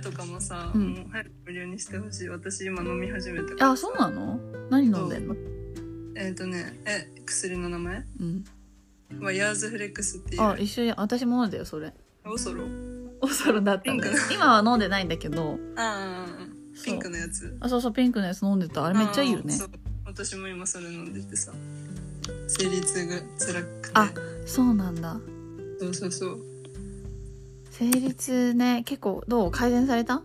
、うんもう早く無料にしてほしい私今飲み始めたからあそうなの何飲んでんのえっ、とねえ薬の名前うんはヤーズフレックスっていあう一緒に私も飲んでよそれ おそろおそろだったねピンク今は飲んでないんだけどああそうピンクのやつあそうそうピンクのやつ飲んでたああれめっちゃいいよーねそう私も今それ飲んでてさ生理痛が辛くてあそうなんだそうそうそう生理痛ね結構どう改善された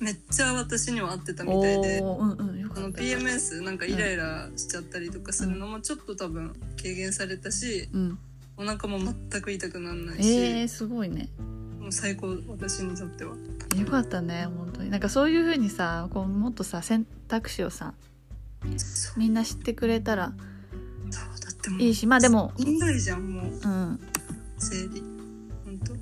めっちゃ私には合ってたみおたいでーうんうんよあかのったよかった PMS なんかイライラしちゃったりとかするのもちょっと多分軽減されたしうんお腹も全く痛くならないし、えー、すごいねもう最高私にとってはよかったね本当になんかそういう風にさこうもっとさ選択肢をさそうみんな知ってくれただらってもういいしまあでもしんどいじゃんもううん生理ほんと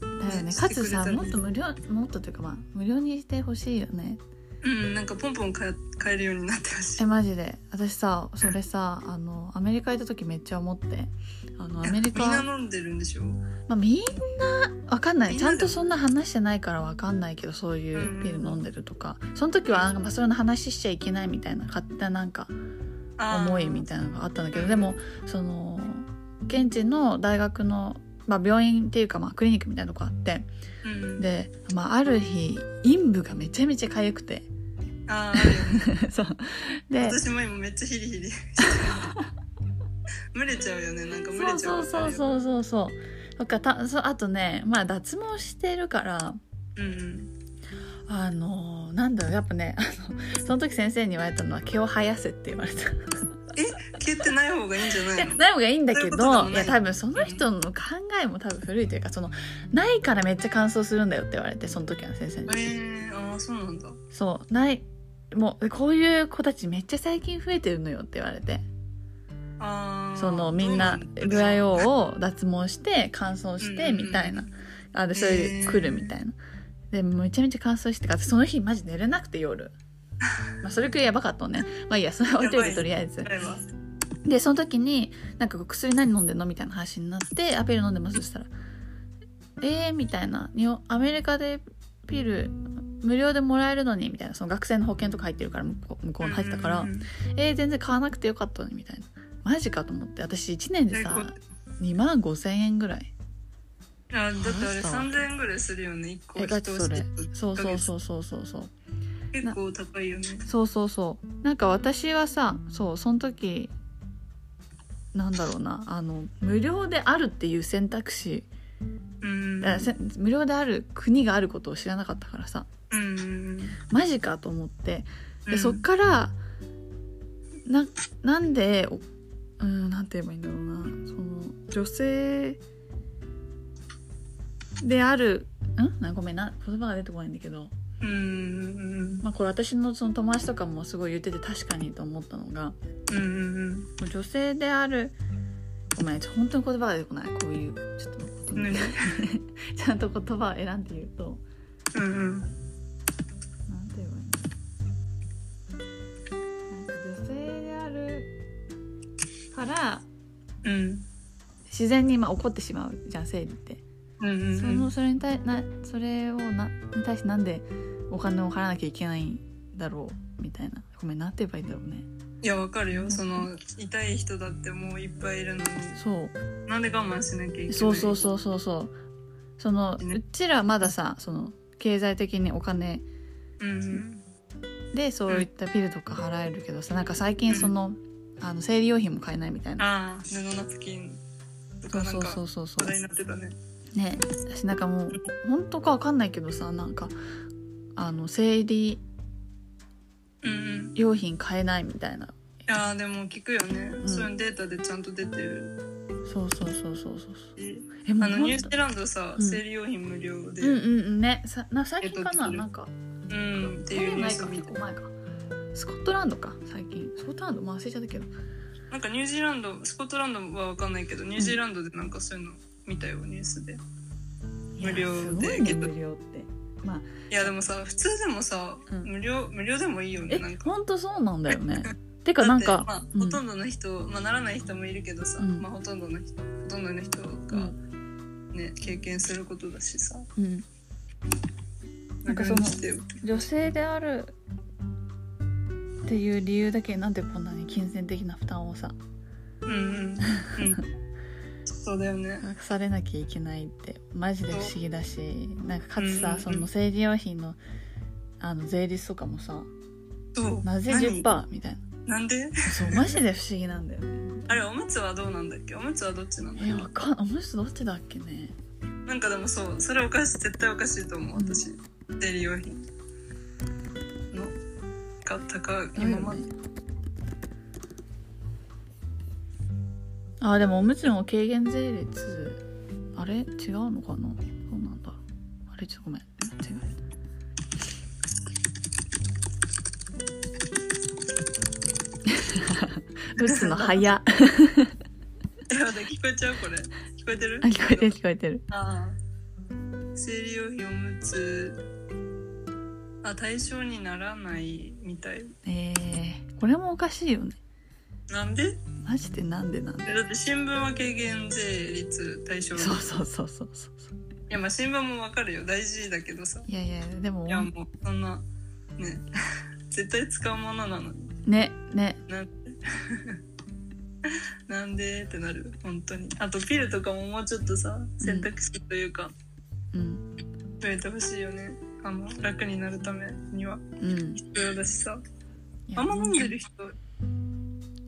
だよねねかしてつさくれたらねもっと無料もっとというかまあ無料にしてほしいよねうんなんかポンポン変え変えるようになってほしえいマジで私さそれさあのアメリカ行った時めっちゃ思ってあのアメリカみんな飲んでるんでしょまあ、みんなわかんないみんちなゃだんとそんな話してないからわかんないけどそういうビール飲んでるとか、その時はなんかまあそういうの話しちゃいけないみたいな勝手ななんかあー思いみたいなのがあったんだけどでもその現地の大学の、まあ、病院っていうか、まあ、クリニックみたいなとこあってうん、で、まあ、ある日陰部がめちゃめちゃ痒くて あーあるよねそうで私も今めっちゃヒリヒリしてる蒸れちゃうよねなんか蒸それうちゃそううそううそうそうそうだからたそうあとねまあ脱毛してるからうんあのーなんだろうやっぱねあのその時先生に言われたのは毛を生やせって言われた。毛ってない方がいいんじゃないいやのない方がいいんだけどそういうことでもいないや多分その人の考えも多分古いというかそのないからめっちゃ乾燥するんだよって言われてその時の先生にえー、ああそうなんだそうないもうこういう子たちめっちゃ最近増えてるのよって言われてああそのみんなブラヨを脱毛して乾燥しうてんうんみたいなあでそれで来るみたいなでめちゃめちゃ乾燥してかその日マジ寝れなく て夜。まあそれくらいやばかったのねまあいいやそれは置いといてやばいとりあえずあれはでその時になんかこう薬何飲んでんのみたいな話になって「あピル飲んでます」そしたら「えー」みたいな日本「アメリカでピル無料でもらえるのに」みたいなその学生の保険とか入ってるから向こう向こうに入ってたからうんうんうん「えー、全然買わなくてよかったのに」みたいなマジかと思って私1年でえさこ2万5千円ぐらいあだってあれ話したわ3000円ぐらいするよね1個えだってそれそうそううそうそうそうそう結構高いよねそうそうそうなんか私はさそうその時なんだろうなあの無料であるっていう選択肢うんだからせ無料である国があることを知らなかったからさうんうんマジかと思ってうでんそっからななんでおうんなんて言えばいいんだろうなその女性であるんなごめんな言葉が出てこないんだけど、うんうんまあ、これ私のその友達とかもすごい言ってて確かにと思ったのがうんうん女性であるごめんちょ本当に言葉が出てこないこういうちょっとう言ん葉ちゃんと言葉を選んで言うと。うんうんなんて言えばいいのなんか女性であるからうん自然にまあ怒ってしまうじゃん生理って、うんうんそのそれに対なそれをなに対してなんでお金を払わなきゃいけないんだろうみたいなごめんなんて言えばいいんだろうねいやわかるよその痛い人だってもういっぱいいるのにそうなんで我慢しなきゃいけないそうそうそうそうそうそのねうちらまださその経済的にお金うんうんでそういったピルとか払えるけどさなんか最近そのあの生理用品も買えないみたいあなあ布ナプキンとそかうなそんうかそうそうそ話う題になってたねね私なんかもう本当かわかんないけどさなんかあの生理うんうん用品買えないみたいなああでも聞くよね、んそういうのデータでちゃんと出てるそうそうそうそうそうしえもあうのほんニュージとーランドさ、うん生理用品無料でうんううんうんねさな最近かな、えっとなんかん、って去いうニュ年ーないスかを見結て構前かスコットランドか最近スコットランドまあ忘れちゃったけどなんかニュージーランドスコットランドは分かんないけどニュージーランドでなんかそういうの見たよニュースでいや無料すごいでね無料ってまあいやでもさ普通でもさ、うん無料無料でもいいよねえなんかほんとそうなんだよ ねてかなんか、だってうんまあ、ほとんどの人、まあ、ならない人もいるけどさ、うんまあ、ほとんどの人ほとんどの人が、うんね経験することだしさうん、なんかその感じだよ女性であるっていう理由だけなんでこんなに金銭的な負担をさうん うんうんそうだよね隠されなきゃいけないってマジで不思議だしなんかかつうんうんさうんその生理用品のあの税率とかもさそうなぜ何10%みたいなんでなそうマジで不思議なんだよ ねあれおむつはどうなんだっけおむつはどっちなんだっえけわかんあの人どっちだっけねなんかでもそうそれおかしい絶対おかしいと思う私生理用品のが高いだよ今までねあでもおむつの軽減税率あれ違うのかなそうなんだあれちょっとごめん違う 打つの早っえ待って聞こえちゃうこれ聞こえてるあ聞こえてる聞こえてるああ生理用品おむつあ対象にならないみたいえー、これもおかしいよねなんでマジでなんでなんでえだって新聞は軽減税率対象いそうそうそうそうそうそうやまあ新聞もわかるよ大事だけどさいやいやでもいやもうそんなね絶対使うものなのにねねなんでなんでってなる本当にあとピルとかももうちょっとさ選択肢というかうん増えてほしいよねあの楽になるためにはうん必要だしさいやあんま飲んでる人だって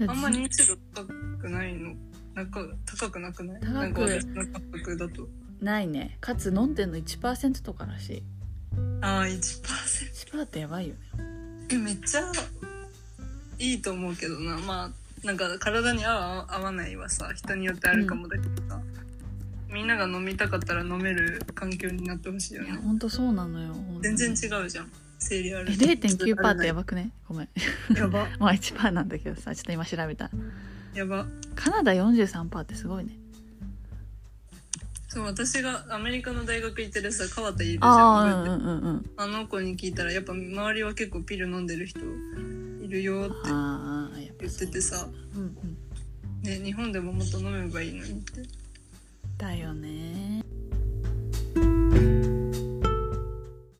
あんま認知度高くないのなんか高くなくない高くなんか私の感覚だとないねかつ飲んでんの1%とからしいああ1% 1%ってやばいよねえめっちゃいいと思うけどなまあなんか体に合う合わ合わないはさ人によってあるかもだけどさ、みんなが飲みたかったら飲める環境になってほしいよいやねほんとそうなのよほんと全に然違うじゃん生理あえる0.9%ってやばばくねごめんやばまあ1%なんだけどさちょっと今調べたやばカナダ43%ってすごいねそう私がアメリカの大学行ってるさ川田いるじゃんああうんうんうんうんあの子に聞いたらやっぱ周りは結構ピル飲んでる人いるよってああやっぱ言っそてうてさ、うんうんね、日本でももっと飲めばいいのにってだよね